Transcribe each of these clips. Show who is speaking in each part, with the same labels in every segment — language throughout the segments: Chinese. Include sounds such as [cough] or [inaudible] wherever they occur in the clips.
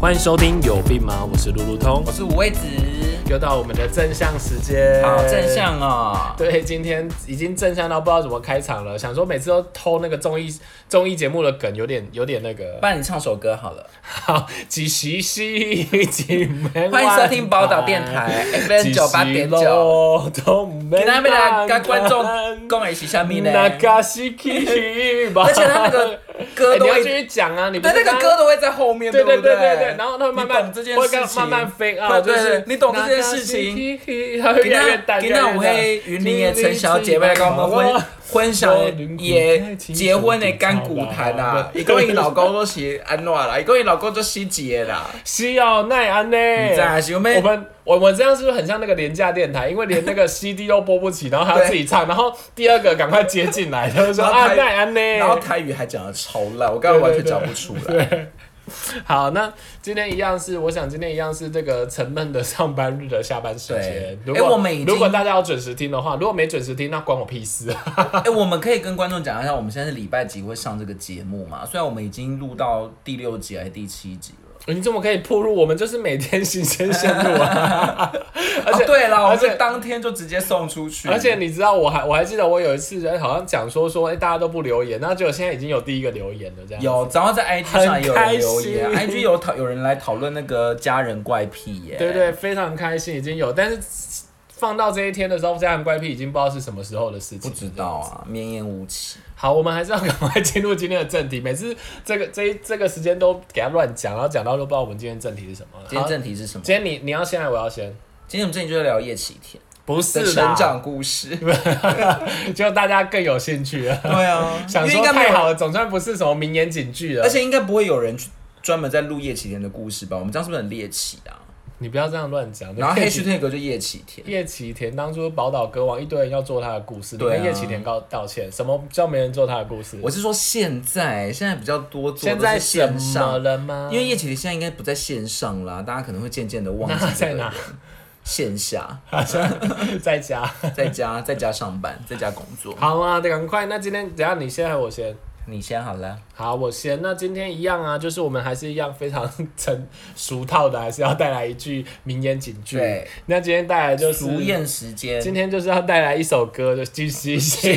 Speaker 1: 欢迎收听有病吗？我是路路通
Speaker 2: 我，是五味子，
Speaker 1: 又到我们的正向时间，
Speaker 2: 好正。向哦。
Speaker 1: 对，今天已经正向到不知道怎么开场了，想说每次都偷那个综艺综艺节目的梗，有点有点那个
Speaker 2: 不。然你唱首歌好了。
Speaker 1: 好，几时西，几门
Speaker 2: 欢迎收听宝岛电台 FM 九八点九。，
Speaker 1: 给
Speaker 2: 给他们来跟观众恭喜下面呢，
Speaker 1: 那卡西基吧。
Speaker 2: 而且他那个
Speaker 1: [laughs] 哎
Speaker 2: 歌
Speaker 1: 你
Speaker 2: 都
Speaker 1: 要
Speaker 2: 会，
Speaker 1: 继
Speaker 2: 对
Speaker 1: 续讲啊，你不是
Speaker 2: 那个
Speaker 1: 刚
Speaker 2: 歌都会在后面，
Speaker 1: 对对
Speaker 2: 对不
Speaker 1: 对对对，然后它会慢慢
Speaker 2: 你懂这件
Speaker 1: 会
Speaker 2: 事
Speaker 1: 跟
Speaker 2: 情，
Speaker 1: 慢慢飞啊，就
Speaker 2: 对对
Speaker 1: 是
Speaker 2: 对你懂这件事情。
Speaker 1: 它会
Speaker 2: 今
Speaker 1: 越来越淡。
Speaker 2: 天今天我会云林的陈小姐妹来跟我们
Speaker 1: 哦
Speaker 2: 婚婚小也结婚的干股谈啊，伊讲伊老公都是安怎啦，伊讲伊老公就西杰啦，
Speaker 1: 西奥奈安呢？
Speaker 2: 你知啊，想
Speaker 1: 我
Speaker 2: 妹。
Speaker 1: 们我们这样是不是很像那个廉价电台？因为连那
Speaker 2: [laughs]
Speaker 1: 个 CD 都播不起，然后还要自己唱，然后第二个赶快接进来，他就说
Speaker 2: 然后
Speaker 1: 啊
Speaker 2: 台
Speaker 1: 奈安呢？
Speaker 2: 然后台语还讲的超烂，我刚刚完全讲不出来。
Speaker 1: 对，好，那今天一样是，我想今天一样是这个沉闷的上班日的下班时间
Speaker 2: 对。
Speaker 1: 如
Speaker 2: 哎
Speaker 1: 果、
Speaker 2: 我们已经
Speaker 1: 如果大家要准时听的话，如果没准时听，那关我屁事啊！
Speaker 2: 哎、我们可以跟观众讲一下，我们现在是礼拜几会上这个节目嘛？虽然我们已经录到第六集还是第七集了。
Speaker 1: 哦你怎么可以铺路？我们就是每天新鲜线路啊！而且、
Speaker 2: [laughs] 哦、对了，我
Speaker 1: 而
Speaker 2: 们
Speaker 1: 且。
Speaker 2: 当天就直接送出去。
Speaker 1: 而且你知道，我还我还记得我有一次哎好像讲说说，哎、大家都不留言，那就现在已经有第一个留言了，这样
Speaker 2: 有，然后在 IG 上也有
Speaker 1: 很开
Speaker 2: 人留言
Speaker 1: 心
Speaker 2: ，IG 有讨有人来讨论那个家人怪癖耶、
Speaker 1: 对对，非常开心，已经有。但是放到这一天的时候，家人怪癖已经不知道是什么时候的事情，
Speaker 2: 不知道啊，绵延无期。
Speaker 1: 好，我们还是要赶快进入今天的正题。每次这个这一这个时间都给他乱讲，然后讲到都不知道我们今天正题是什么。
Speaker 2: 今天
Speaker 1: 好
Speaker 2: 正题是什么？
Speaker 1: 今天你你要先，还是我要先，
Speaker 2: 今天我们正题就是聊叶启田
Speaker 1: 不
Speaker 2: 的
Speaker 1: 是
Speaker 2: 成
Speaker 1: 啦，
Speaker 2: 长
Speaker 1: [laughs]
Speaker 2: 故事。
Speaker 1: 就大家更有兴趣了。
Speaker 2: 对啊， [laughs] 因
Speaker 1: 想
Speaker 2: 为
Speaker 1: 说
Speaker 2: 应该没
Speaker 1: 太
Speaker 2: 有
Speaker 1: 好了，总算不是什么名言警句了。
Speaker 2: 而且应该不会有人去专门在录叶启田的故事吧？我们这样是不是很猎奇啊？
Speaker 1: 你不要这样乱讲。
Speaker 2: 然后
Speaker 1: 叶
Speaker 2: hash
Speaker 1: 启
Speaker 2: tag 就叶启田，
Speaker 1: 叶启田当初宝岛歌王一堆人要做他的故事，你
Speaker 2: 对啊
Speaker 1: 跟叶启田告道歉，什么叫没人做他的故事？
Speaker 2: 我是说现在现在比较多做
Speaker 1: 现
Speaker 2: 都
Speaker 1: 在什
Speaker 2: 是线
Speaker 1: 么
Speaker 2: 上，
Speaker 1: 了吗？
Speaker 2: 因为叶启田现在应该不在线上啦，大家可能会渐渐的忘记
Speaker 1: [laughs] 那
Speaker 2: 这
Speaker 1: 在
Speaker 2: 个
Speaker 1: 哪
Speaker 2: 人？线下，
Speaker 1: 在家。
Speaker 2: 在家 [laughs] 在家上班，在家工作。
Speaker 1: 好啊，赶快。那今天等一下你先还是我先？
Speaker 2: 你先好了，
Speaker 1: 好，我先。那今天一样啊，就是我们还是一样非常成俗套的，还是要带来一句名言警句。
Speaker 2: 对，
Speaker 1: 那今天带来就是
Speaker 2: 俗，宴时间，
Speaker 1: 今天就是要带来一首歌，就是《金星星》，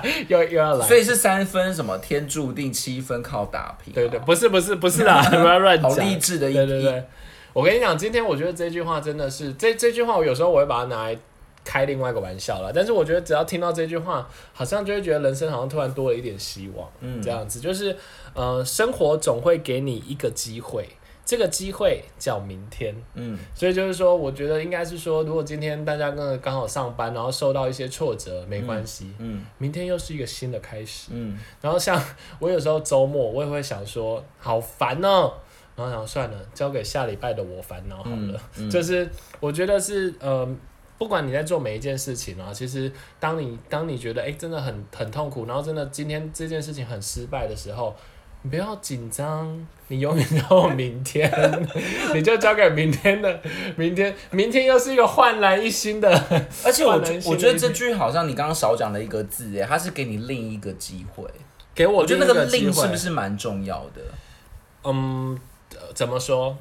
Speaker 1: [laughs] 又又要来。
Speaker 2: 所以是三分什么天注定，七分靠打拼。
Speaker 1: 对对，，不是不是不是啦，不 [laughs] 要乱讲。
Speaker 2: 好励志的一
Speaker 1: 对对对，我跟你讲，今天我觉得这句话真的是，这这句话我有时候我会把它拿来开另外一个玩笑了，但是我觉得只要听到这句话，好像就会觉得人生好像突然多了一点希望，嗯，这样子就是，呃，生活总会给你一个机会，这个机会叫明天，
Speaker 2: 嗯，
Speaker 1: 所以就是说，我觉得应该是说，如果今天大家刚刚好上班，然后受到一些挫折，没关系，
Speaker 2: 嗯
Speaker 1: 明天又是一个新的开始，
Speaker 2: 嗯，
Speaker 1: 然后像我有时候周末我也会想说，好烦哦、然后想算了，交给下礼拜的我烦恼好
Speaker 2: 嗯
Speaker 1: 了。就是我觉得是呃，不管你在做每一件事情啊，其实当你当你觉得哎、真的很很痛苦，然后真的今天这件事情很失败的时候。你不要紧张，你永远都有明天， [laughs] 你就交给明天的，明天，明天又是一个焕然一新的
Speaker 2: 而且我觉
Speaker 1: 换人
Speaker 2: 我觉
Speaker 1: 新的一
Speaker 2: 得这句好像你刚刚少讲了一个字，哎，它是给你另一个机会。
Speaker 1: 给我
Speaker 2: 我觉得那
Speaker 1: 另一
Speaker 2: 个
Speaker 1: 机
Speaker 2: 令
Speaker 1: 会
Speaker 2: 是不？是蛮重要的？
Speaker 1: 嗯，呃怎么说？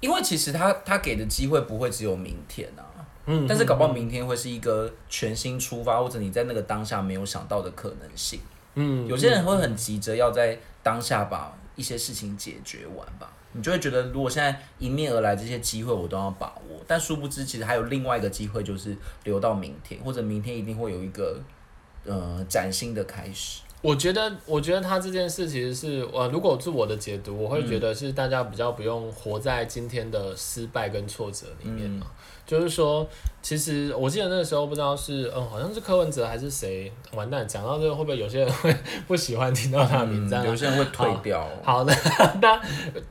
Speaker 2: 因为其实他他给的机会不会只有明天啊，
Speaker 1: 嗯，
Speaker 2: 但是搞不好明天会是一个全新出发，或者你在那个当下没有想到的可能性。
Speaker 1: 嗯，
Speaker 2: 有些人会很急着要在当下把一些事情解决完吧，你就会觉得如果现在迎面而来这些机会我都要把握，但殊不知其实还有另外一个机会就是留到明天，或者明天一定会有一个呃崭新的开始。
Speaker 1: 我觉得，我觉得他这件事其实是，呃，如果是我的解读，我会觉得是大家比较不用活在今天的失败跟挫折里面嘛。就是说，其实我记得那时候不知道是，嗯，好像是柯文哲还是谁，完蛋，讲到这个会不会有些人会不喜欢听到他的名字啊？
Speaker 2: 嗯有些人会退掉，
Speaker 1: 好的，那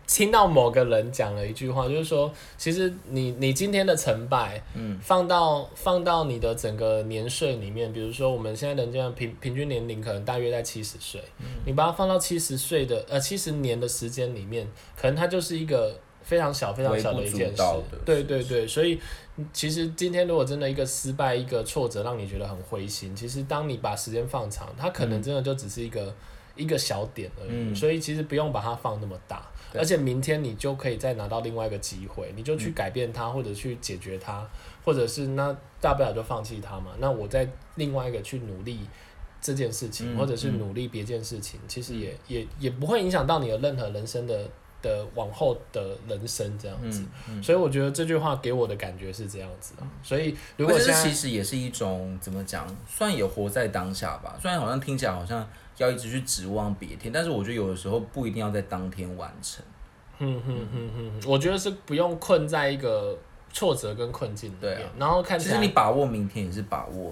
Speaker 1: 听到某个人讲了一句话，就是说，其实你你今天的成败，嗯，放到放到你的整个年岁里面，比如说我们现在人家平平均年龄可能大约在七十岁，
Speaker 2: 嗯
Speaker 1: 你把它放到七十岁的呃七十年的时间里面，可能它就是一个非常小非常小的一件
Speaker 2: 微不
Speaker 1: 事
Speaker 2: 足道的，
Speaker 1: 对
Speaker 2: 事
Speaker 1: 对对，所以其实今天如果真的一个失败一个挫折让你觉得很灰心，其实当你把时间放
Speaker 2: 嗯
Speaker 1: 长，它可能真的就只是一个。一个小点而已，所以其实不用把它放那么大。而且明天你就可以再拿到另外一个机会，你就去改变它，或者去解决它，或者是那大不了就放弃它嘛。那我再另外一个去努力这件事情，
Speaker 2: 嗯
Speaker 1: 或者是努力别件事情，其实也也也不会影响到你的任何人生的的往后的人生这样子。
Speaker 2: 嗯嗯。
Speaker 1: 所以我觉得这句话给我的感觉是这样子啊。所以如果
Speaker 2: 而且
Speaker 1: 现
Speaker 2: 这其
Speaker 1: 在
Speaker 2: 实也是一种怎么讲，算也活在当下吧。虽然好像听起来好像要一直去指望别天，但是我觉得有的时候不一定要在当天完成。
Speaker 1: 嗯哼哼哼，我觉得是不用困在一个挫折跟困境里面，
Speaker 2: 对啊
Speaker 1: 然后看
Speaker 2: 其
Speaker 1: 起
Speaker 2: 实
Speaker 1: 来
Speaker 2: 你把握明天也是把握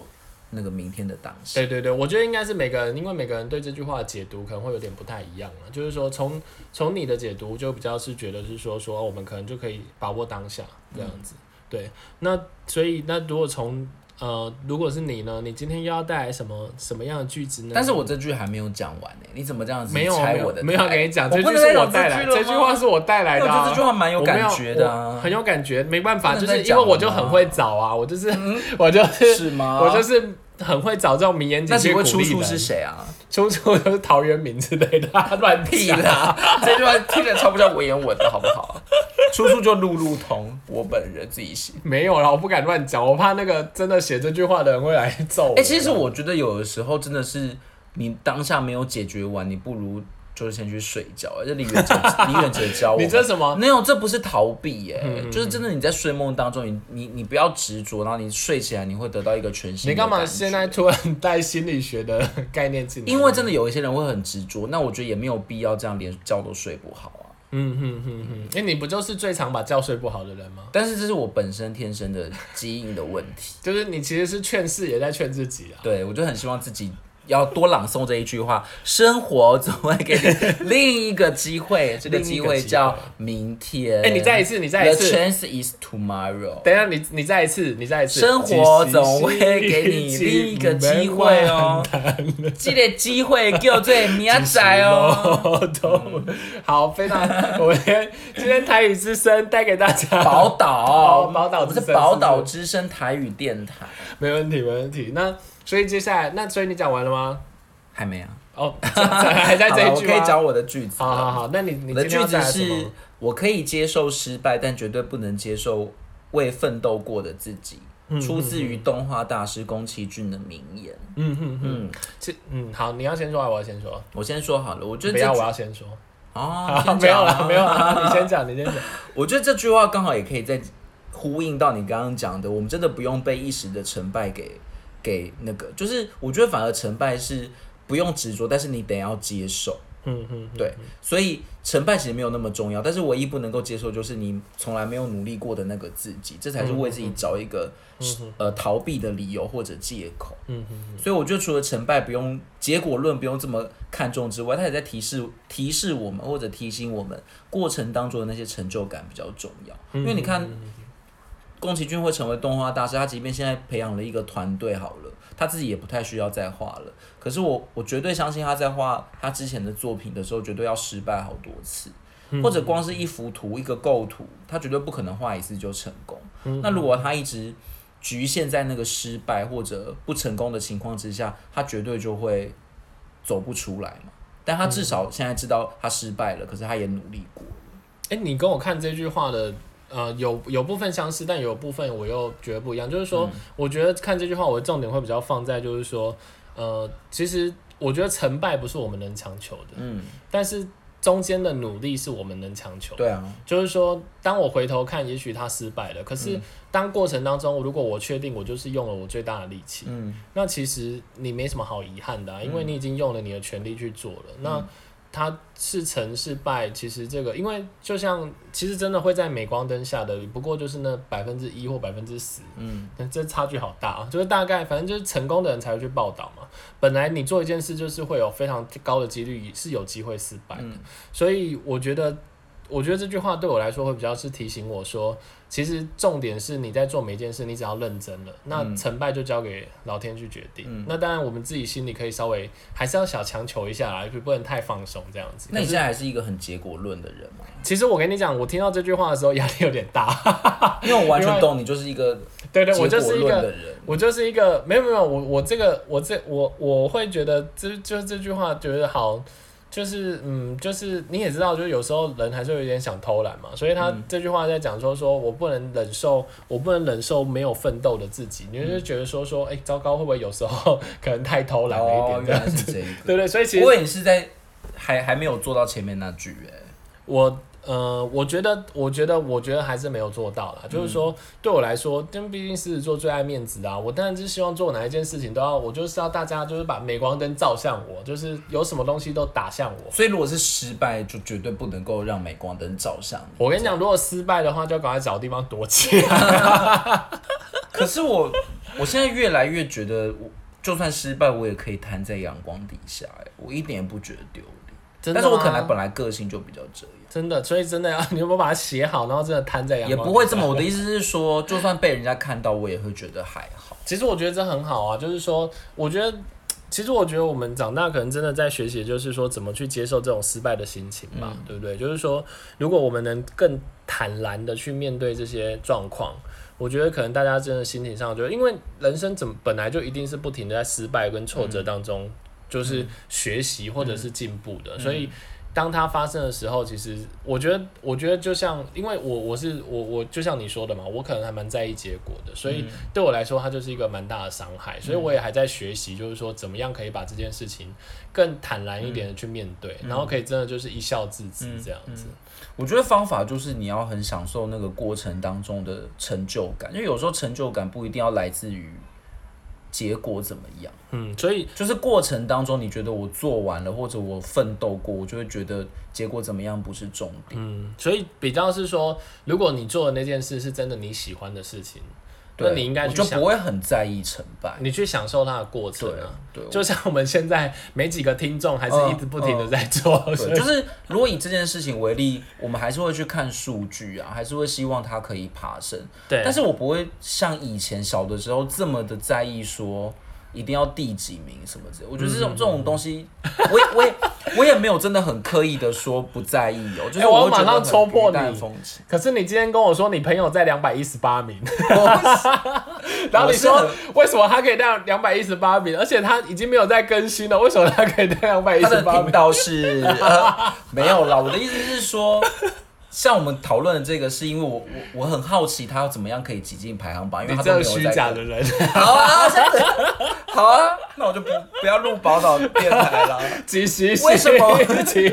Speaker 2: 那个明天的当下。
Speaker 1: 对对对，我觉得应该是每个人，因为每个人对这句话的解读可能会有点不太一样啊。就是说从，从你的解读就比较是觉得是说说哦我们可能就可以把握当下
Speaker 2: 嗯
Speaker 1: 这样子。对，那所以那如果从呃，如果是你呢，你今天又要带来什么什么样的句子呢？
Speaker 2: 但是我这句还没有讲完呢、你怎么这样子
Speaker 1: 没有
Speaker 2: 拆
Speaker 1: 没有
Speaker 2: 我的台？
Speaker 1: 没有给你讲，
Speaker 2: 我
Speaker 1: 这
Speaker 2: 不
Speaker 1: 句
Speaker 2: 能再
Speaker 1: 是我
Speaker 2: 讲
Speaker 1: 带来，
Speaker 2: 句了
Speaker 1: 这句话
Speaker 2: 吗
Speaker 1: 是我带来
Speaker 2: 因为
Speaker 1: 的、
Speaker 2: 我觉
Speaker 1: 啊。
Speaker 2: 得这句话蛮有
Speaker 1: 我没有
Speaker 2: 感觉的
Speaker 1: 我
Speaker 2: 啊
Speaker 1: 很，有感觉，没办法，
Speaker 2: 不
Speaker 1: 就是
Speaker 2: 能再
Speaker 1: 因
Speaker 2: 讲
Speaker 1: 为
Speaker 2: 了吗
Speaker 1: 我就很会找啊，我就是、 [laughs] 我就是
Speaker 2: 是吗？
Speaker 1: 我就。是很会找这种名言
Speaker 2: 那
Speaker 1: 警
Speaker 2: 请
Speaker 1: 句
Speaker 2: 问
Speaker 1: 鼓
Speaker 2: 出
Speaker 1: 励
Speaker 2: 处
Speaker 1: 人
Speaker 2: 是谁
Speaker 1: [laughs]
Speaker 2: 啊？
Speaker 1: 出处都是陶渊明之
Speaker 2: [laughs]
Speaker 1: 类的，乱
Speaker 2: 屁
Speaker 1: 讲。
Speaker 2: 啦！这句话听起来超不像文言文的，好不好？出处就路路通，我本人自己写。
Speaker 1: 没有啦，我不敢乱讲，我怕那个真的写这句话的人会来揍我。
Speaker 2: 哎、其实我觉得有的时候真的是你当下没有解决完，你不如就是先去睡觉。而且李远哲，李远哲教我们，
Speaker 1: 你这是什么嗯
Speaker 2: 没有，这不是逃避耶、就是真的你在睡梦当中，你你你不要执着，然后你睡起来你会得到一个全新
Speaker 1: 你
Speaker 2: 的感
Speaker 1: 干
Speaker 2: 觉。
Speaker 1: 嘛现在突然带心理学的概念进来？
Speaker 2: 因为真的有一些人会很执着，那我觉得也没有必要这样连觉都睡不好啊。
Speaker 1: 嗯哼哼哼，哎、你不就是最常把觉睡不好的人吗？
Speaker 2: 但是这是我本身天生的基因的问题。
Speaker 1: 就是你其实是劝世，也在劝自己啊。
Speaker 2: 对，我就很希望自己要多朗诵这一句话：生活总会给
Speaker 1: [laughs]
Speaker 2: 你另一个机会，这个机会叫明天。
Speaker 1: 哎、你再一次，你再一
Speaker 2: The
Speaker 1: 次，
Speaker 2: chance is tomorrow。
Speaker 1: 等一下，你你再一次，你再一次，
Speaker 2: 生活总会给
Speaker 1: [laughs]
Speaker 2: 你另一个机会哦
Speaker 1: 几十几十几十
Speaker 2: 这个机会
Speaker 1: [laughs]
Speaker 2: 叫做明仔哦。
Speaker 1: 都好，非常，我们今天今天台语之声带给大家
Speaker 2: 宝岛，
Speaker 1: 哦宝岛
Speaker 2: 我们
Speaker 1: 之声
Speaker 2: 是宝岛之声台语电台，
Speaker 1: 没问题，没问题。那所以接下来，那所以你讲完了吗？
Speaker 2: 还没啊？ [laughs]
Speaker 1: 哦，还在
Speaker 2: 好
Speaker 1: 这
Speaker 2: 了
Speaker 1: 一
Speaker 2: 我
Speaker 1: 句
Speaker 2: 可以
Speaker 1: 吗？哦
Speaker 2: 讲我的句子
Speaker 1: 好好
Speaker 2: 了。
Speaker 1: 好，那你你
Speaker 2: 我的
Speaker 1: 今天要
Speaker 2: 句子
Speaker 1: 带来什
Speaker 2: 是
Speaker 1: 么？：
Speaker 2: 我可以接受失败，但绝对不能接受为奋斗过的自己。出自于动画大师宫崎骏的名言。
Speaker 1: 嗯哼哼，
Speaker 2: 嗯，
Speaker 1: 这嗯好，你要先说，还是我要先说？
Speaker 2: 我先说好了，我觉得
Speaker 1: 不
Speaker 2: 这
Speaker 1: 要，我
Speaker 2: 句
Speaker 1: 要先说。
Speaker 2: 哦，
Speaker 1: 好，[laughs]
Speaker 2: 先
Speaker 1: 没有
Speaker 2: 讲啊
Speaker 1: 了，没有了，你先讲，你先讲。
Speaker 2: 我觉得这句话刚好也可以再呼应到你刚刚讲的，我们真的不用被一时的成败给给那个，就是我觉得反而成败是不用执着，但是你得要接受。
Speaker 1: 嗯哼，
Speaker 2: 对，所以成败其实没有那么重要，但是唯一不能够接受就是你从来没有努力过的那个自己，这才是为
Speaker 1: 嗯
Speaker 2: 自己找一个、呃逃避的理由或者借口。
Speaker 1: 嗯
Speaker 2: 所以我觉得除了成败不用结果论不用这么看重之外，它也在提示提示我们或者提醒我们过程当中的那些成就感比较重要，因为你
Speaker 1: 嗯
Speaker 2: 看。宫崎骏会成为动画大师，他即便现在培养了一个团队好了，他自己也不太需要再画了。可是我我绝对相信他在画他之前的作品的时候，绝对要失败好多次，
Speaker 1: 嗯
Speaker 2: 或者光是一幅图一个构图，他绝对不可能画一次就成功。
Speaker 1: 嗯
Speaker 2: 那如果他一直局限在那个失败或者不成功的情况之下，他绝对就会走不出来嘛。但他至少现在知道他失败了，可是他也努力过。
Speaker 1: 哎、你跟我看这句话的，呃，有有部分相似，但有部分我又觉得不一样。就是说，我觉得看这句话，我的重点会比较放在就是说，呃，其实我觉得成败不是我们能强求的，
Speaker 2: 嗯，
Speaker 1: 但是中间的努力是我们能强求的。
Speaker 2: 对啊，
Speaker 1: 就是说，当我回头看，也许他失败了，可是当过程当中，如果我确定我就是用了我最大的力气，
Speaker 2: 嗯，
Speaker 1: 那其实你没什么好遗憾的、啊，因为你已经用了你的全力去做了。那它是成是败，其实这个，因为就像其实真的会在镁光灯下的，不过就是那百分之一或百分之十，
Speaker 2: 嗯，
Speaker 1: 这差距好大啊！就是大概反正就是成功的人才会去报道嘛。本来你做一件事，就是会有非常高的几率是有机会失败的，
Speaker 2: 嗯
Speaker 1: 所以我觉得。我觉得这句话对我来说会比较是提醒我说，其实重点是你在做每一件事，你只要认真了，
Speaker 2: 嗯
Speaker 1: 那成败就交给老天去决定。那当然，我们自己心里可以稍微还是要小强求一下啦，就不能太放松这样子。
Speaker 2: 那你现在还是一个很结果论的人吗？
Speaker 1: 其实我跟你讲，我听到这句话的时候压力有点大。 [laughs]
Speaker 2: 因为我完全懂你，就是一个
Speaker 1: 对
Speaker 2: 结
Speaker 1: 对，
Speaker 2: 果
Speaker 1: 我就是一
Speaker 2: 论
Speaker 1: 个
Speaker 2: 的人。
Speaker 1: 我就是一个没有没有没有我我这个我这我我会觉得这就是这句话觉得好就是嗯，就是你也知道，就是有时候人还是有点想偷懒嘛，所以
Speaker 2: 嗯
Speaker 1: 他这句话在讲说，说我不能忍受，我不能忍受没有奋斗的自己，你就觉得说说，哎、糟糕，会不会有时候可能太偷懒了一 [laughs]
Speaker 2: 哦
Speaker 1: 点，这
Speaker 2: 原
Speaker 1: 样
Speaker 2: 来是
Speaker 1: 子，
Speaker 2: 这一
Speaker 1: 对不对？所以其
Speaker 2: 个。
Speaker 1: 实
Speaker 2: 我也是在还还没有做到前面那句哎、
Speaker 1: 我呃，我觉得，我觉得，我觉得还是没有做到啦。
Speaker 2: 嗯
Speaker 1: 就是说，对我来说，因为毕竟狮子座最爱面子啊，我当然是希望做哪一件事情都要，我就是要大家就是把镁光灯照向我，就是有什么东西都打向我。
Speaker 2: 所以如果是失败，就绝对不能够让镁光灯照向你。
Speaker 1: 我跟你讲，如果失败的话，就赶快找地方躲起来。
Speaker 2: [laughs] 可是我，我现在越来越觉得我，就算失败，我也可以摊在阳光底下、哎，我一点也不觉得丢脸。
Speaker 1: 真的
Speaker 2: [laughs] 但是我可
Speaker 1: 吗
Speaker 2: 能本来个性就比较这样，
Speaker 1: 真的，所以真的要，你有没有把它写好，然后真的摊在阳
Speaker 2: 也
Speaker 1: 光？
Speaker 2: 不会这么。。我的意思是说，就算被人家看到，我也会觉得还好。
Speaker 1: 其实我觉得这很好啊，就是说，我觉得，其实我觉得我们长大可能真的在学习，就是说怎么去接受这种失败的心情吧，对不对？就是说，如果我们能更坦然的去面对这些状况。我觉得可能大家真的心情上就，因为人生怎么本来就一定是不停的在失败跟挫折当中，就是学习或者是进步的，所以当它发生的时候，其实我觉得，我觉得就像，因为我我是我我就像你说的嘛，我可能还蛮在意结果的，所以
Speaker 2: 嗯
Speaker 1: 对我来说，它就是一个蛮大的伤害，所以我也还在学习，就是说怎么样可以把这件事情更坦然一点的去面对，
Speaker 2: 嗯
Speaker 1: 然后可以真的就是一笑置之这样子。
Speaker 2: 我觉得方法就是你要很享受那个过程当中的成就感，因为有时候成就感不一定要来自于结果怎么样，
Speaker 1: 嗯，所以
Speaker 2: 就是过程当中你觉得我做完了或者我奋斗过，我就会觉得结果怎么样不是重点。
Speaker 1: 嗯，所以比较是说，如果你做的那件事是真的你喜欢的事情，嗯那
Speaker 2: 对，
Speaker 1: 你应该
Speaker 2: 我
Speaker 1: 去
Speaker 2: 就
Speaker 1: 享
Speaker 2: 不，会很在意成败。
Speaker 1: 你去享受它的过程
Speaker 2: 对
Speaker 1: 啊。
Speaker 2: 对，
Speaker 1: 就像我们现在没几个听众，还是一直不停的在做，所以
Speaker 2: 嗯对，就是如果以这件事情为例，我们还是会去看数据啊，还是会希望它可以爬升。
Speaker 1: 对，
Speaker 2: 但是我不会像以前小的时候这么的在意说一定要第几名什么之类。我觉得这
Speaker 1: 嗯
Speaker 2: 种、这种东西，我也我也我也没有真的很刻意的说不在意哦，就是
Speaker 1: 哎我要
Speaker 2: 会觉得
Speaker 1: 马上
Speaker 2: 很
Speaker 1: 戳破
Speaker 2: 云淡
Speaker 1: 你
Speaker 2: 风轻
Speaker 1: 可是你今天跟我说你朋友在两百一十八
Speaker 2: [laughs]
Speaker 1: 名， [laughs] 然后你
Speaker 2: 我
Speaker 1: 说
Speaker 2: 是
Speaker 1: 为什么他可以到两百一十八名，而且他已经没有在更新了，为什么他可以到两百一
Speaker 2: 他
Speaker 1: 十
Speaker 2: 的
Speaker 1: 八
Speaker 2: 频
Speaker 1: 名？
Speaker 2: 道是、 [laughs] 呃、没有啦，我的意思是说。像我们讨论的这个，是因为我我我很好奇他要怎么样可以挤进排行榜，因为
Speaker 1: 你
Speaker 2: 他
Speaker 1: 这
Speaker 2: 都没
Speaker 1: 个
Speaker 2: 有在
Speaker 1: 虚假的人，
Speaker 2: 好啊， [laughs] 这样子，好啊，那我就不不要录宝岛电台了。
Speaker 1: 几十
Speaker 2: 为什么
Speaker 1: 情？
Speaker 2: [laughs]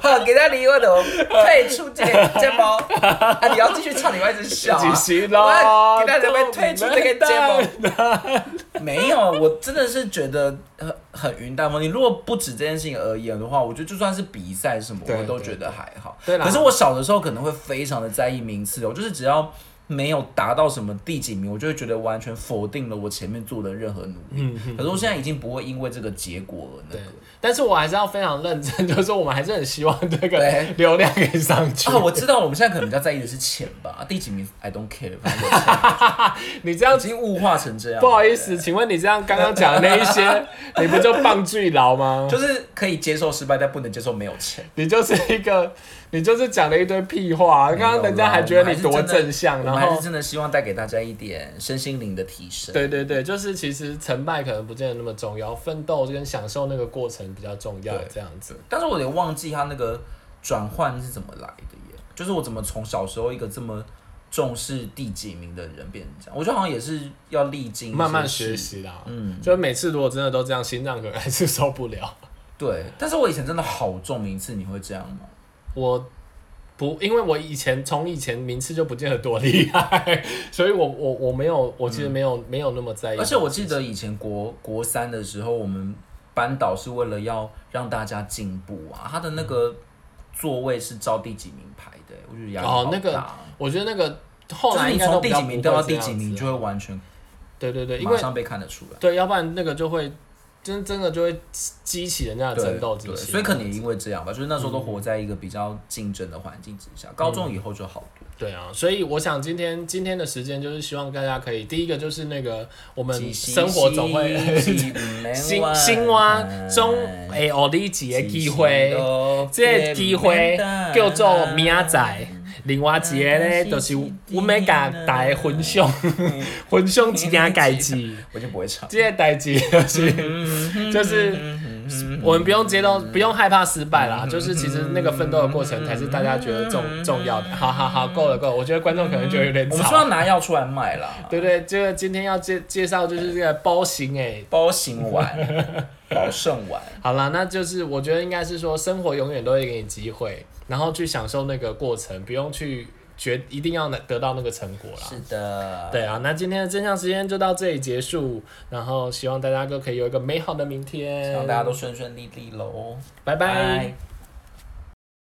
Speaker 2: 好，给他离我的，我退出这个节目。啊，你要继续唱，你会一直笑、啊。
Speaker 1: 几十
Speaker 2: 我
Speaker 1: 啦，
Speaker 2: 要给他准备退出这个节
Speaker 1: 目。
Speaker 2: 目。 [laughs] 没有，我真的是觉得很很云淡风轻。如果不止这件事情而言的话，我觉得就算是比赛什么，
Speaker 1: 对
Speaker 2: 我都觉得还好。
Speaker 1: 对对啦
Speaker 2: 可是我小的时候可能会非常的在意名次哦，就是只要。没有达到什么第几名，我就会觉得完全否定了我前面做的任何努力。可是我现在已经不会因为这个结果而那
Speaker 1: 嗯对
Speaker 2: 个。，
Speaker 1: 但是我还是要非常认真，就是说我们还是很希望这个
Speaker 2: 对
Speaker 1: 流量可以上去
Speaker 2: [laughs] [laughs] 啊，。我知道，我们现在可能比较在意的是钱吧，第几名 I don't care，反正我
Speaker 1: [laughs] 你这样
Speaker 2: 已经物化成这
Speaker 1: [laughs]
Speaker 2: 样。
Speaker 1: 不好意思，请问你这样刚刚讲的那一
Speaker 2: [laughs]
Speaker 1: 些，你不就棒巨牢吗？
Speaker 2: 就是可以接受失败，但不能接受没有钱。
Speaker 1: 你就是一个，你就是讲了一堆屁话、刚刚人家还觉得你多正向，
Speaker 2: 我
Speaker 1: 然
Speaker 2: 们嗯还
Speaker 1: 后
Speaker 2: 是真的希望带给大家一点身心灵的提升。
Speaker 1: 对对对，就是其实成败可能不见得那么重要，奋斗跟享受那个过程比较重要，
Speaker 2: 对
Speaker 1: 这样子。
Speaker 2: 但是我得忘记他那个转换是怎么来的耶，就是我怎么从小时候一个这么重视第几名的人变成这样，我觉得好像也是要历经一些
Speaker 1: 慢慢学
Speaker 2: 事。
Speaker 1: 习啦，
Speaker 2: 嗯，
Speaker 1: 就每次如果真的都这样，心脏可能还是受不了。 [laughs]
Speaker 2: 对。但是我以前真的好重名次，你会这样吗？
Speaker 1: 我不，因为我以前从以前名次就不见得多厉害， [laughs] 所以我我我没有，我其实没有、没有那么在意。
Speaker 2: 嗯而且我记得以前国国三的时候，我们班导是为了要让大家进步啊，他的那个座位是照第几名排的、我觉得压力
Speaker 1: 哦
Speaker 2: 好大。，啊
Speaker 1: 那个我觉得哦那个后
Speaker 2: 就是
Speaker 1: 来
Speaker 2: 你
Speaker 1: 应该都
Speaker 2: 从
Speaker 1: 比
Speaker 2: 第
Speaker 1: 较
Speaker 2: 几名
Speaker 1: 不会
Speaker 2: 掉到
Speaker 1: 这
Speaker 2: 第
Speaker 1: 样
Speaker 2: 几名，
Speaker 1: 子啊
Speaker 2: 就会完全
Speaker 1: 对对对，因
Speaker 2: 马
Speaker 1: 为
Speaker 2: 上被看得出来。
Speaker 1: 对，要不然那个就会真真的就会激起人家的嗯
Speaker 2: 对
Speaker 1: 争斗之
Speaker 2: 对，
Speaker 1: 心。
Speaker 2: 所以可能也因为这样吧，就是那时候都活在一个比较竞争的环境之下。高中以后就好多，
Speaker 1: 对啊，所以我想今天今天的时间就是希望大家可以，第一个就是那个我们生活总会 [laughs] 新新蛙中哎，我的几个机会，这个机会叫做明仔载。另外一个
Speaker 2: 哎
Speaker 1: 呢，就是阮要甲大家分享 [laughs] 分享一件代志。
Speaker 2: [laughs] 我就不会唱。嗯
Speaker 1: 这个代志就是就是嗯我们不用接到，不用害怕失败啦，就是其实那个奋斗的过程才是大家觉得重重要的。好好好，够了够了，我觉得观众可能觉得有点
Speaker 2: 我们说要
Speaker 1: 吵。
Speaker 2: 拿药出来卖啦，
Speaker 1: 对对，这个今天要介介绍就是这个包型哎、
Speaker 2: 包型丸、
Speaker 1: [laughs]
Speaker 2: 包肾丸，
Speaker 1: 好啦，那就是我觉得应该是说，生活永远都会给你机会，然后去享受那个过程，不用去觉一定要得到那个成果啦。
Speaker 2: 是的，
Speaker 1: 对啊，那今天的真相时间就到这里结束，然后希望大家都可以有一个美好的明天，
Speaker 2: 希望大家都顺顺利利喽，
Speaker 1: 拜拜。
Speaker 2: 拜。